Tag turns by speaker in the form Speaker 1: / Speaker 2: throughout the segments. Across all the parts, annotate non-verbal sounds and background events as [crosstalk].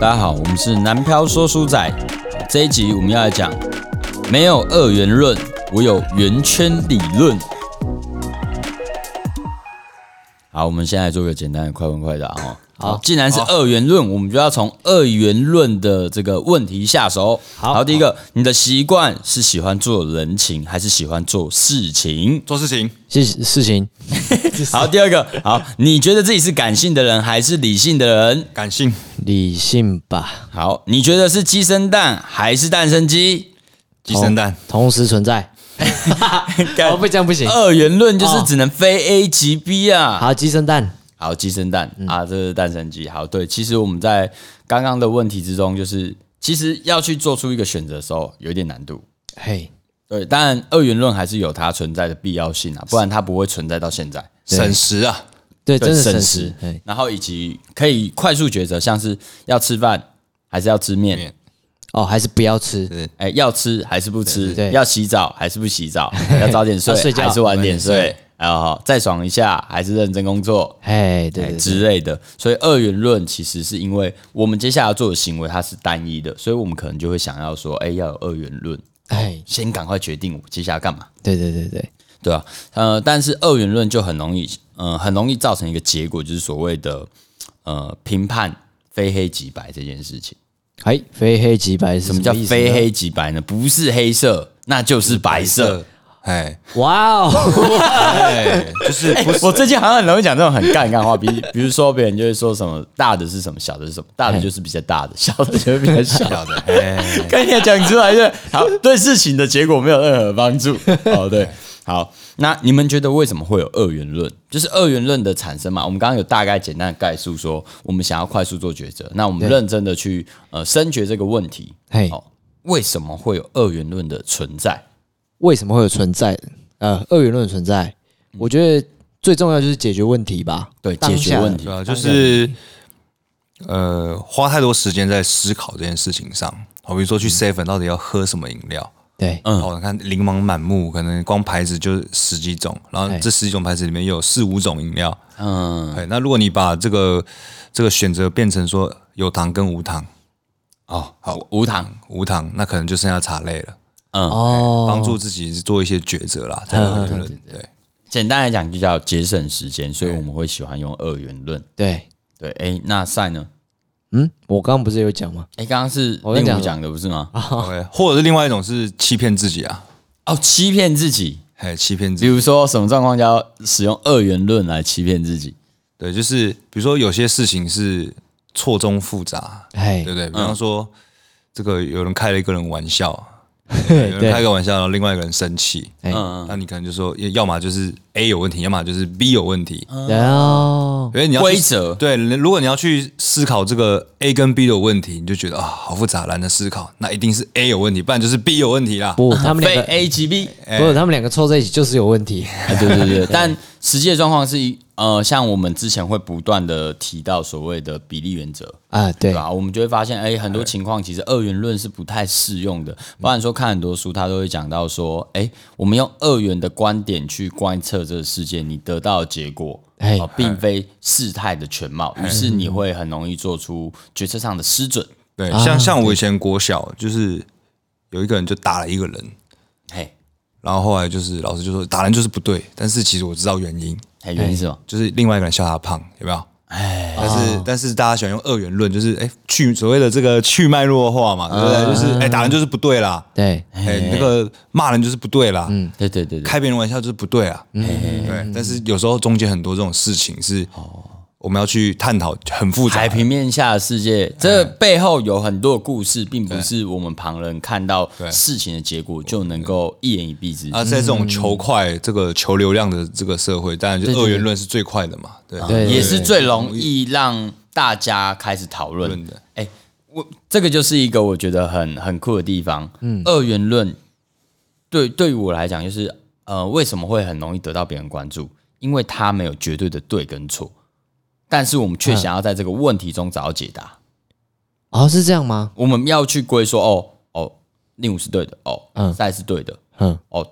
Speaker 1: 大家好，我们是南漂说书仔。这一集我们要来讲，没有二元论，我有圆圈理论。好，我们先来做个简单的快问快答哈。
Speaker 2: 好
Speaker 1: 既然是二元论，我们就要从二元论的这个问题下手。
Speaker 2: 好
Speaker 1: 第一个，你的习惯是喜欢做人情，还是喜欢做事情？
Speaker 3: 做事情，
Speaker 2: 事事情
Speaker 1: 好，第二个，好，你觉得自己是感性的人，还是理性的人？
Speaker 3: 感性，
Speaker 2: 理性吧，
Speaker 1: 好，你觉得是鸡生蛋还是蛋生鸡？
Speaker 3: 鸡生蛋，
Speaker 2: 哦同时存在。哦，不这样不行。
Speaker 1: 二元论就是
Speaker 2: 哦
Speaker 1: 只能非 A 即 B 啊。
Speaker 2: 好，鸡嗯生蛋，
Speaker 1: 好，鸡生蛋啊，这是蛋生鸡。好，对，其实我们在刚刚的问题之中，就是其实要去做出一个选择的时候，有一点难度。
Speaker 2: 嘿，
Speaker 1: 对，当然二元论还是有它存在的必要性啊，不然它不会存在到现在。
Speaker 3: 省时啊，
Speaker 2: 对，真的
Speaker 1: 省
Speaker 2: 省
Speaker 1: 时
Speaker 2: 时。嘿，
Speaker 1: 然后以及可以快速抉择，像是要吃饭还是要吃面，
Speaker 3: 面
Speaker 2: 哦，还是不要吃。
Speaker 1: 哎，要吃还是不吃
Speaker 2: 对，对
Speaker 1: 要洗澡还是不洗
Speaker 2: [laughs]
Speaker 1: 澡，要早点睡
Speaker 2: 要睡觉
Speaker 1: 还是晚点
Speaker 3: 晚
Speaker 1: 睡
Speaker 3: 点，
Speaker 1: 然后再爽一下还是认真工作，
Speaker 2: 嘿，对
Speaker 1: 哎
Speaker 2: 对对，
Speaker 1: 之类的。所以二元论其实是因为我们接下来要做的行为它是单一的，所以我们可能就会想要说，哎、要有二元论，
Speaker 2: 哎，
Speaker 1: 先赶快决定我接下来干嘛，
Speaker 2: 对对对对，
Speaker 1: 对吧、呃，但是二元论就很容易，嗯、很容易造成一个结果，就是所谓的呃评判非黑即白这件事情。
Speaker 2: 嘿，哎非黑即白是
Speaker 1: 什么叫非？黑即白呢？不是黑色，那就是白色。，
Speaker 3: 哎，
Speaker 2: 哇哦，
Speaker 3: 哎，就是不
Speaker 1: 我最近好像很容易讲这种很干的干话，比比如说别人就会说什么大的是什么，小的是什么，大的就是比较大的，小的就是比较小的。
Speaker 3: 晓得，哎，
Speaker 1: [laughs] 概念讲出来就好，对事情的结果没有任何帮助。哦，对，好，那你们觉得为什么会有二元论？就是二元论的产生嘛？我们刚刚有大概简单的概述说，我们想要快速做抉择，那我们
Speaker 2: 对
Speaker 1: 认真的去呃深掘这个问题。
Speaker 2: 嘿，
Speaker 1: 哦，为什么会有二元论的存在？
Speaker 2: 为什么会有存在？呃，二元论的存在，我觉得最重要就是解决问题吧。
Speaker 1: 对，
Speaker 2: 当
Speaker 1: 解
Speaker 2: 下
Speaker 1: 决问题
Speaker 3: 对。啊，就是呃，花太多时间在思考这件事情上。好，比如说去 seven 到底要喝什么饮料？
Speaker 2: 对，
Speaker 1: 嗯
Speaker 3: 哦，你看琳琅满目，可能光牌子就十几种，然后
Speaker 2: 哎
Speaker 3: 这十几种牌子里面有四五种饮料。
Speaker 1: 嗯，
Speaker 3: 哎，那如果你把这个这个选择变成说有糖跟无糖，
Speaker 1: 哦，好，无糖。嗯
Speaker 3: 无糖，那可能就剩下茶类了。
Speaker 2: 哦，
Speaker 3: 帮助自己做一些抉择啦，才能对对
Speaker 1: 简单来讲就叫节省时间，所以我们会喜欢用二元论。
Speaker 2: 对，
Speaker 1: 对，哎，那赛呢？
Speaker 2: 嗯，我刚刚不是有讲吗？
Speaker 1: 哎，刚刚是
Speaker 2: 我跟你
Speaker 1: 令武
Speaker 2: 讲
Speaker 1: 讲的不是吗？
Speaker 3: ，OK，或者是另外一种是欺骗自己啊，
Speaker 1: 哦，欺骗自己。
Speaker 3: 哎，欺骗自
Speaker 1: 比
Speaker 3: 己，
Speaker 1: 如说什么状况叫使用二元论来欺骗自己？
Speaker 3: 对，就是比如说有些事情是错综复杂，
Speaker 2: 嘿
Speaker 3: 对不，对？比方说这个有人开了一个人玩笑，
Speaker 2: 哎
Speaker 3: 有人开
Speaker 2: [laughs] 对，
Speaker 3: 个玩笑，然后另外一个人生气，
Speaker 2: 哎，
Speaker 1: 嗯
Speaker 3: 那你可能就说，要么就是 A 有问题，要么就是 B 有问题，
Speaker 2: 然后
Speaker 3: 因为你要
Speaker 1: 嗯
Speaker 3: 去
Speaker 1: 规则
Speaker 3: 对，如果你要去思考这个 A 跟 B 的问题，你就觉得啊好复杂，懒得思考，那一定是 A 有问题，不然就是 B 有问题啦。
Speaker 2: 不，他们两
Speaker 1: 非
Speaker 2: 个
Speaker 1: A 即
Speaker 2: [laughs]
Speaker 1: B，
Speaker 2: 不是他们两个凑在一起就是有问
Speaker 1: [laughs]
Speaker 2: 题。
Speaker 1: 哎对对对，但实际的状况是一呃，像我们之前会不断的提到所谓的比例原则，
Speaker 2: 啊，对
Speaker 1: 对，吧？我们就会发现，哎，嗯很多情况其实二元论是不太适用的。不然说看很多书，他都会讲到说，哎，我们用二元的观点去观测这个世界，你得到的结果。
Speaker 2: 哎
Speaker 1: 呃并非事态的全貌，于是你会很容易做出决策上的失准。
Speaker 3: 对，像像我以前国小就是有一个人就打了一个人，
Speaker 1: 嘿，
Speaker 3: 然后后来就是老师就说打人就是不对，但是其实我知道原因，
Speaker 1: 嘿，原因是什么？
Speaker 3: 就是另外一个人笑他胖，有没有？哎，但是、但是大家喜欢用二元论，就是哎去所谓的这个去脉络化嘛，对不对？就是哎打人就是不对啦，
Speaker 2: 对，
Speaker 3: 哎那个骂人就是不对啦，嗯，
Speaker 1: 对对对对，
Speaker 3: 开别人玩笑就是不对啊，对。但是有时候中间很多这种事情是我们要去探讨很复杂
Speaker 1: 海
Speaker 3: 的，
Speaker 1: 平面下的世界，这背后有很多故事，并不是我们旁人看到事情的结果就能够一言以蔽之。
Speaker 3: 啊，在这种求快、这个求流量的这个社会，当然就二元论是最快的嘛，对，
Speaker 2: 对
Speaker 1: 也是最容易让大家开始讨论
Speaker 3: 论的。
Speaker 1: 哎，我这个就是一个我觉得很很酷的地方。嗯，二元论对对于我来讲，就是呃，为什么会很容易得到别人关注？因为它没有绝对的对跟错，但是我们却想要在这个问题中找到解答。
Speaker 2: 哦，是这样吗？
Speaker 1: 我们要去归说，哦哦，令武是对的哦，
Speaker 2: 嗯
Speaker 1: 赛是对的
Speaker 2: 嗯
Speaker 1: 哦，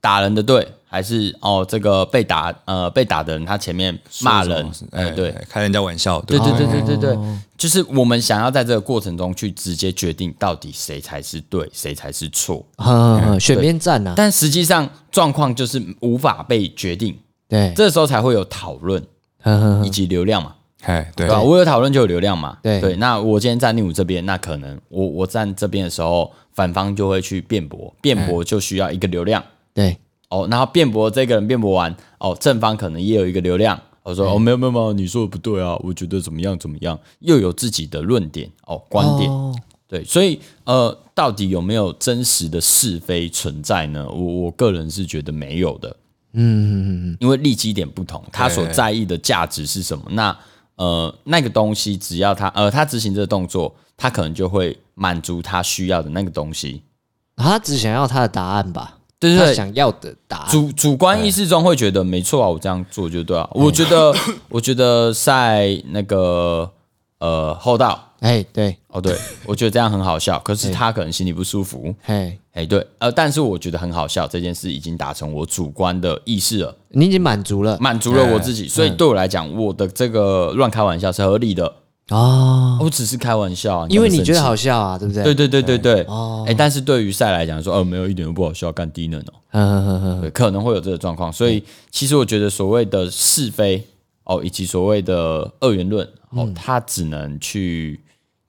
Speaker 1: 打人的对还是哦这个被打呃被打的人他前面骂人
Speaker 3: 说什么
Speaker 1: 哎、
Speaker 3: 哎，
Speaker 1: 对
Speaker 3: 哎，开人家玩笑，
Speaker 1: 对
Speaker 3: 吧
Speaker 1: 对对对对
Speaker 2: 哦
Speaker 1: 对，就是我们想要在这个过程中去直接决定到底谁才是对，谁才是错。
Speaker 2: 嗯
Speaker 1: [laughs]
Speaker 2: 嗯，选边站呐，
Speaker 1: 但实际上状况就是无法被决定，
Speaker 2: 对，
Speaker 1: 这时候才会有讨论
Speaker 2: 嗯嗯
Speaker 1: 以及流量嘛，
Speaker 3: 哎，对
Speaker 1: 对，啊吧？我有讨论就有流量嘛，
Speaker 2: 对
Speaker 1: 对。那我今天站第五这边，那可能我我站这边的时候，反方就会去辩驳，辩驳就需要一个流量
Speaker 2: 对，
Speaker 1: 哦，然后辩驳这个人辩驳完哦，正方可能也有一个流量。我说哦，没有没有没有，你说的不对啊，我觉得怎么样怎么样，又有自己的论点哦，观点，
Speaker 2: 哦
Speaker 1: 对，所以呃，到底有没有真实的是非存在呢？我我个人是觉得没有的，
Speaker 2: 嗯嗯嗯嗯
Speaker 1: 因为立基点不同，他所在意的价值是什么？那呃，那个东西只要他呃，他执行这个动作，他可能就会满足他需要的那个东西。
Speaker 2: 他只想要他的答案吧，
Speaker 1: 对
Speaker 2: 他
Speaker 1: 对对，
Speaker 2: 想要的答案，
Speaker 1: 主主观意识中会觉得没错啊，我这样做就对啊。我觉得，
Speaker 2: 嗯
Speaker 1: [coughs] 我觉得在那个呃后道
Speaker 2: 哎，对，
Speaker 1: 哦，对我觉得这样很好笑，可是他可能心里不舒服。
Speaker 2: 嘿，
Speaker 1: 哎，对，呃，但是我觉得很好笑，这件事已经达成我主观的意识了，
Speaker 2: 你已经满足了
Speaker 1: 满足了我自己，所
Speaker 2: 嗯
Speaker 1: 以对我来讲，我的这个乱开玩笑是合理的，
Speaker 2: 哦，
Speaker 1: 我只是开玩笑啊，
Speaker 2: 因为
Speaker 1: 干嘛
Speaker 2: 你觉得
Speaker 1: 生气，
Speaker 2: 好笑啊，对不对？
Speaker 1: 对对对对对，
Speaker 2: 哦
Speaker 1: 哎，但是对于赛来讲说，呃，没有一点都不好笑，干低能哦，
Speaker 2: 嗯，嗯嗯嗯，
Speaker 1: 对，可能会有这个状况，所
Speaker 2: 嗯
Speaker 1: 以其实我觉得所谓的是非哦，以及所谓的二元论
Speaker 2: 嗯
Speaker 1: 哦，它只能去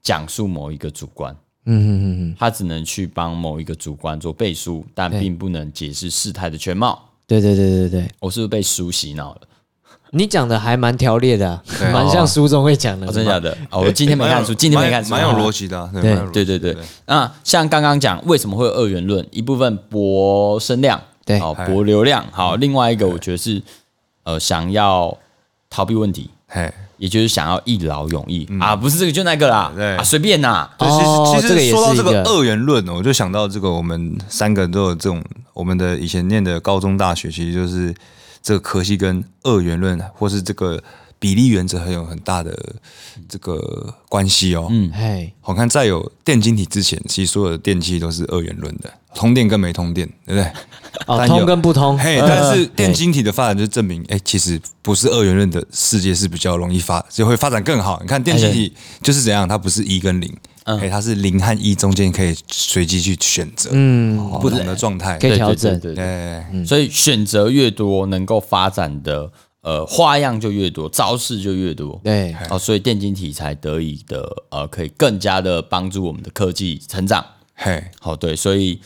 Speaker 1: 讲述某一个主观，
Speaker 2: 嗯嗯嗯，
Speaker 1: 它只能去帮某一个主观做背书，但并不能解释事态的全貌。
Speaker 2: 对对对对对，
Speaker 1: 我是不是被书洗脑了？
Speaker 2: 你讲的还蛮条列的啊，
Speaker 3: 对
Speaker 2: 蛮像书中会讲的
Speaker 1: 哦，，真的假的？哦，我今天没看书，
Speaker 3: 蛮有
Speaker 1: 今天没看书，
Speaker 3: 哎
Speaker 1: 哦
Speaker 3: 蛮有蛮有逻辑的啊，
Speaker 2: 对
Speaker 3: 蛮有逻辑
Speaker 1: 对对对，那像刚刚讲，为什么会有二元论？一部分博声量，
Speaker 2: 对嗯
Speaker 1: 好博流量，好，另外一个我觉得是呃想要逃避问题，
Speaker 3: 哎，
Speaker 1: 也就是想要一劳永逸啊，不是这个就那个啦，
Speaker 3: 嗯对
Speaker 1: 啊随便啦，
Speaker 3: 对，
Speaker 2: 哦
Speaker 3: 其实
Speaker 2: 这个
Speaker 3: 其
Speaker 2: 也
Speaker 3: 实说到
Speaker 2: 是
Speaker 3: 这
Speaker 2: 一个
Speaker 3: 个二元论哦，我就想到这个，我们三个都有这种，我们的以前念的高中、大学，其实就是这个科系跟二元论或是这个比例原则很有很大的这个关系哦。嗯，
Speaker 2: 嘿，
Speaker 3: 我看在有电晶体之前，其实所有的电器都是二元论的，通电跟没通电，对不对？
Speaker 2: 哦，
Speaker 3: 但
Speaker 2: 通
Speaker 3: 有
Speaker 2: 跟不通，
Speaker 3: 嘿，但是电晶体的发展就证明，哎、其实不是二元论的世界是比较容易发，就会发展更好。你看电晶体就是怎样，它不是一跟零，哎、它是零和一中间可以随机去选择，嗯，不同的状态。
Speaker 2: 可以
Speaker 3: 对，
Speaker 2: 调
Speaker 1: 对
Speaker 2: 整，
Speaker 1: 对对对
Speaker 3: 哎，
Speaker 1: 对，所以选择越多，能够发展的呃花样就越多，招式就越多，
Speaker 2: 对，
Speaker 1: 哦，所以电晶体才得以的呃，可以更加的帮助我们的科技成长。
Speaker 3: 嘿，
Speaker 1: 好，对，所以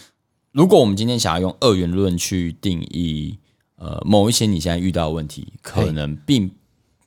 Speaker 1: 如果我们今天想要用二元论去定义呃某一些你现在遇到的问题，可能并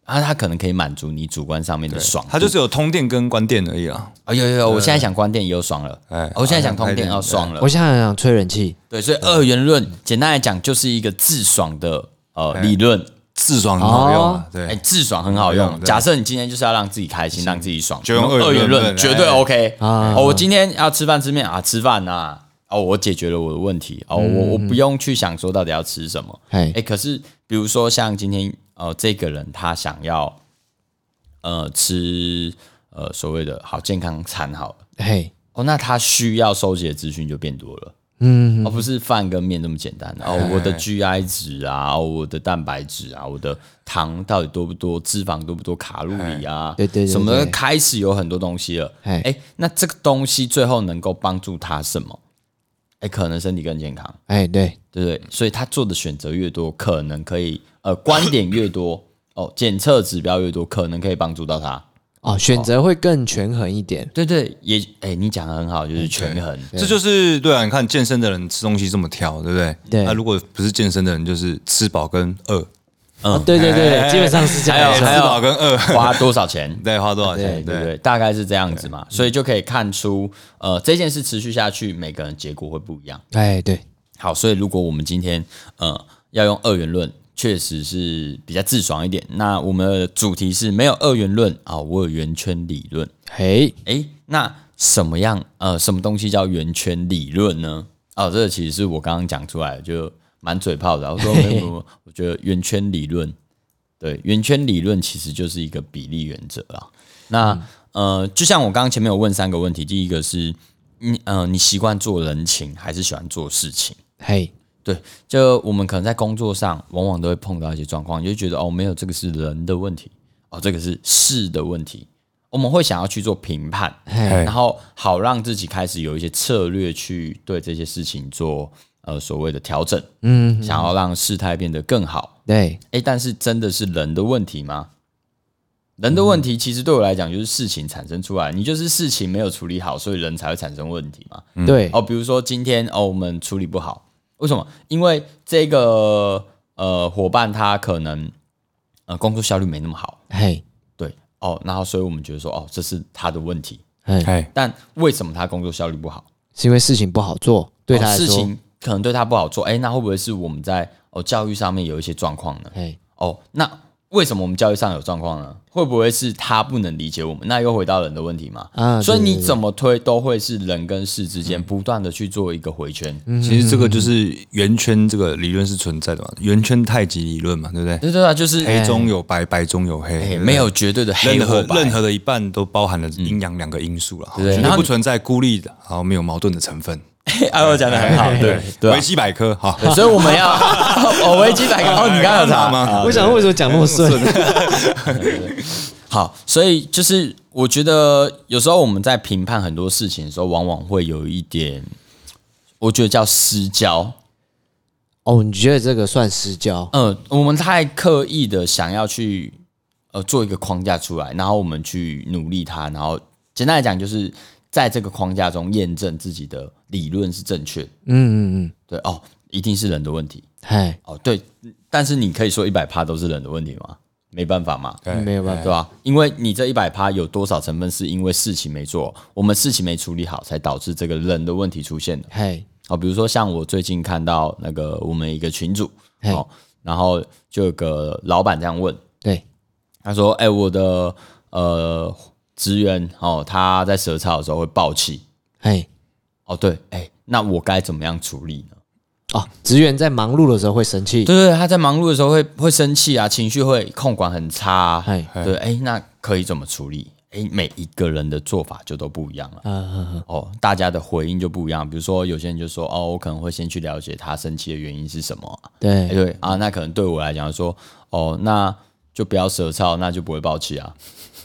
Speaker 1: 啊，它可能可以满足你主观上面的爽度。
Speaker 3: 它就是有通电跟关电而已啊啦。
Speaker 1: 哦，有有有，我现在想关电也有爽了，
Speaker 3: 哎
Speaker 1: 我现在想通电
Speaker 3: 哎
Speaker 1: 哦爽了
Speaker 2: 我，现在很想吹冷气，
Speaker 1: 对，所以二元论简单来讲就是一个自爽的呃理论。
Speaker 3: 自爽很好用啊，
Speaker 2: 哦
Speaker 1: 哎，
Speaker 3: 哎对，
Speaker 1: 自爽很好
Speaker 3: 好
Speaker 1: 用。
Speaker 3: 用对
Speaker 1: 假设你今天就是要让自己开心，让自己爽，
Speaker 3: 就用
Speaker 1: 二
Speaker 3: 二元论
Speaker 1: 论
Speaker 3: 哎
Speaker 1: 绝对 OK
Speaker 2: 啊
Speaker 1: 哦，我今天要吃饭吃面啊，吃饭呐。哦，我解决了我的问题。哦，我我不用去想说到底要吃什么。
Speaker 2: 嘿
Speaker 1: 哎，可是比如说像今天呃，这个人他想要呃吃呃所谓的好健康餐好了。
Speaker 2: 嘿，
Speaker 1: 哦，那他需要收集的资讯就变多了。哦
Speaker 2: 嗯，哎
Speaker 1: 而、不是饭跟面这么简单的哦。我的 GI 值啊，哦我的蛋白质啊，我的糖到底多不多，脂肪多不多，卡路里啊，
Speaker 2: 哎对对对对
Speaker 1: 什么的开始有很多东西了。
Speaker 2: 哎
Speaker 1: 哎，那这个东西最后能够帮助他什么？哎，可能身体更健康，
Speaker 2: 哎，对，
Speaker 1: 对不对？所以他做的选择越多，可能可以呃观点越多哦，检测指标越多，可能可以帮助到他。
Speaker 2: 哦，选择会更权衡一点，
Speaker 1: 对对，也哎，你讲的很好，就是权衡。
Speaker 3: 这就是对啊。你看健身的人吃东西这么挑，对不对？啊
Speaker 2: 对
Speaker 3: 那如果不是健身的人，就是吃饱跟饿，哎
Speaker 2: 哦，对对对，基本上是这
Speaker 1: 还
Speaker 2: 样，
Speaker 1: 有
Speaker 2: 没错
Speaker 1: 还
Speaker 3: 吃
Speaker 1: 有
Speaker 3: 饱跟饿，
Speaker 1: 花多少钱？
Speaker 3: 对，花多少
Speaker 1: 对
Speaker 3: 钱？
Speaker 1: 对对，嗯大概是这样子嘛，所以就可以看出，呃，这件事持续下去，每个人结果会不一样。
Speaker 2: 哎，对，
Speaker 1: 好，所以如果我们今天呃要用二元论，确实是比较自爽一点。那我们的主题是没有二元论啊、我有圆圈理论。
Speaker 2: 嘿，
Speaker 1: 诶，那什么样呃什么东西叫圆圈理论呢？哦，这个其实是我刚刚讲出来的，就蛮嘴炮的。我说没有没有没有，我觉得圆圈理论，对，圆圈理论其实就是一个啊比例原则啦。那、呃，就像我刚刚前面有问三个问题，第一个是你嗯、呃你习惯做人情还是喜欢做事情？
Speaker 2: 嘿，
Speaker 1: 对，就我们可能在工作上往往都会碰到一些状况，你就觉得哦，没有这个是人的问题，哦，这个是事的问题，我们会想要去做评判，
Speaker 2: 嘿，
Speaker 1: 然后好让自己开始有一些策略去对这些事情做呃所谓的调整，
Speaker 2: 嗯，
Speaker 1: 想要让事态变得更好。
Speaker 2: 对，
Speaker 1: 诶，但是真的是人的问题吗？人的问题其实对我来讲就是事情产生出来，
Speaker 2: 嗯
Speaker 1: 你就是事情没有处理好，所以人才会产生问题嘛。
Speaker 2: 对，
Speaker 1: 哦，比如说今天哦，我们处理不好，为什么？因为这个呃伙伴他可能呃工作效率没那么好，
Speaker 2: 嘿，
Speaker 1: 对哦，然后所以我们觉得说哦，这是他的问题。
Speaker 2: 嘿，
Speaker 3: 哎，
Speaker 1: 但为什么他工作效率不好？
Speaker 2: 是因为事情不好做，对
Speaker 1: 哦
Speaker 2: 他来
Speaker 1: 事
Speaker 2: 说，
Speaker 1: 情可能对他不好做，哎、那会不会是我们在哦教育上面有一些状况呢？
Speaker 2: 嘿，
Speaker 1: 哦，那为什么我们教育上有状况呢？会不会是他不能理解我们？那又回到人的问题嘛？
Speaker 2: 啊，
Speaker 1: 所以
Speaker 2: 对
Speaker 1: 你
Speaker 2: 对嗯
Speaker 1: 怎么推都会是人跟事之间不断的去做一个回圈。
Speaker 3: 其实这
Speaker 1: 嗯
Speaker 3: 个就是圆圈这个理论是存在的嘛，圆圈太极理论嘛，对不对？
Speaker 1: 对对啊，就是
Speaker 3: 黑中有白，白中有黑，
Speaker 1: 哎
Speaker 3: 对不对
Speaker 1: 没有绝对的黑
Speaker 3: 任
Speaker 1: 或
Speaker 3: 何
Speaker 1: 白，嗯
Speaker 3: 任何的一半都包含了阴阳两个因素了，
Speaker 1: 对
Speaker 3: 绝
Speaker 1: 然
Speaker 3: 对
Speaker 1: 后
Speaker 3: 不存在孤立的，然后没有矛盾的成分。
Speaker 1: 哎，我讲的很好，对对啊
Speaker 3: 维，基百科哈，
Speaker 1: 对所以我们要哦维基百科，哦你刚刚有查
Speaker 3: 哎刚刚有查吗
Speaker 2: 我想为什么讲那么顺？
Speaker 1: 好，所以就是我觉得有时候我们在评判很多事情的时候，往往会有一点，我觉得叫失焦。
Speaker 2: 哦，你觉得这个算失焦？
Speaker 1: 嗯、我们太刻意的想要去呃做一个框架出来，然后我们去努力它，然后简单来讲就是在这个框架中验证自己的理论是正确的。
Speaker 2: 嗯嗯嗯，
Speaker 1: 对哦，一定是人的问题
Speaker 2: 嘿，
Speaker 1: 哦，对，但是你可以说一百趴都是人的问题吗？ [laughs] 没办法嘛，
Speaker 3: 对
Speaker 2: 没有办
Speaker 1: 对
Speaker 2: 法，
Speaker 1: 吧、因为你这一百趴有多少成分是因为事情没做，我们事情没处理好，才导致这个人的问题出现的。
Speaker 2: 嘿，
Speaker 1: 好，比如说像我最近看到那个我们一个群主，
Speaker 2: 嘿
Speaker 1: 哦，然后就有个老板这样问，
Speaker 2: 对，
Speaker 1: 他说：“哎、我的呃职员哦，他在舌操的时候会爆气。
Speaker 2: 嘿，”
Speaker 1: 哦，对，哎、那我该怎么样处理呢？
Speaker 2: 哦，职员在忙碌的时候会生气，
Speaker 1: 对对，对他在忙碌的时候会会生气啊，情绪会控管很差、啊。
Speaker 2: 嘿，
Speaker 1: 对，哎、那可以怎么处理？哎、每一个人的做法就都不一样了。
Speaker 2: 嗯嗯
Speaker 1: 哦，大家的回应就不一样。比如说，有些人就说：“哦，我可能会先去了解他生气的原因是什么、啊。”哎，
Speaker 2: 对，
Speaker 1: 对啊，那可能对我来讲说：“哦，那就不要舌操，那就不会爆气啊。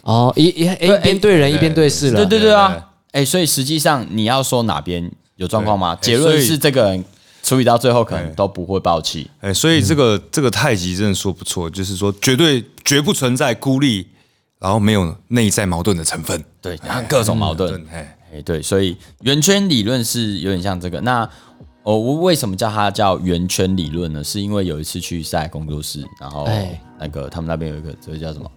Speaker 2: 哦，一一一边对人一边对事”了，
Speaker 1: 对对对
Speaker 3: 对
Speaker 1: 啊！哎，所以实际上你要说哪边有状况吗？
Speaker 3: 对
Speaker 1: 结论
Speaker 3: 哎所以
Speaker 1: 是这个人处理到最后可能都不会爆气。
Speaker 3: 哎、所
Speaker 1: 嗯
Speaker 3: 以这个、这个太极真的说不错，就是说绝对绝不存在孤立，然后没有内在矛盾的成分。
Speaker 1: 对，然后各种矛盾。
Speaker 3: 对，哎，
Speaker 1: 哎，对，所以圆圈理论是有点像这个。那哦，我为什么叫它叫圆圈理论呢？是因为有一次去赛工作室，然后
Speaker 2: 哎
Speaker 1: 那个他们那边有一个，这个叫什么？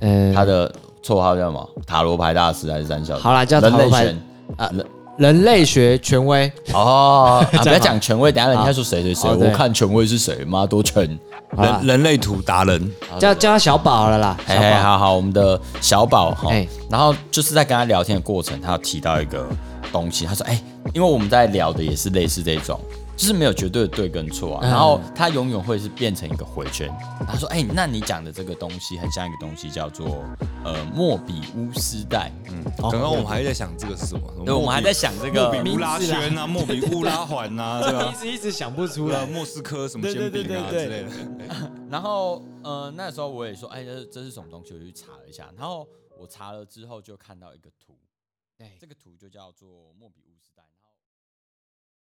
Speaker 2: 嗯，
Speaker 1: 他的绰号叫什么？塔罗牌大师还是三小？
Speaker 2: 好啦叫塔
Speaker 1: 人
Speaker 2: 罗
Speaker 1: 类
Speaker 2: 牌
Speaker 1: 学
Speaker 2: 啊，人类学权威， [laughs]
Speaker 1: 哦，啊不要讲权威，等一下人家说谁谁谁，
Speaker 2: 哦对
Speaker 1: 我看权威是谁，妈多权。
Speaker 2: 好啦
Speaker 3: 人人类图达人，
Speaker 2: 叫叫他小宝好了啦，小
Speaker 1: 哎，
Speaker 2: 宝，
Speaker 1: 好好，我们的小宝哈
Speaker 2: 哎，
Speaker 1: 然后就是在跟他聊天的过程，他有提到一个东西，他说，哎，因为我们在聊的也是类似这种，就是没有绝对的对跟错啊，
Speaker 2: 嗯
Speaker 1: 然后他永远会是变成一个回圈。他说，哎，那你讲的这个东西很像一个东西叫做呃莫比乌斯带，嗯，
Speaker 3: 刚刚我们还在想这个是什么？
Speaker 1: 对，我们还在想这
Speaker 3: 莫
Speaker 1: 个
Speaker 3: 比乌拉轩啊，莫比乌拉环啊，对吧？
Speaker 2: [laughs] 直一直想不出
Speaker 3: 对啊，莫斯科什么煎饼啊之
Speaker 2: 对对对对
Speaker 3: 类的。
Speaker 1: 然后呃，那时候我也说，哎，这这是什么东西？我就去查了一下，然后我查了之后就看到一个图，
Speaker 2: 哎
Speaker 1: 这个图就叫做莫比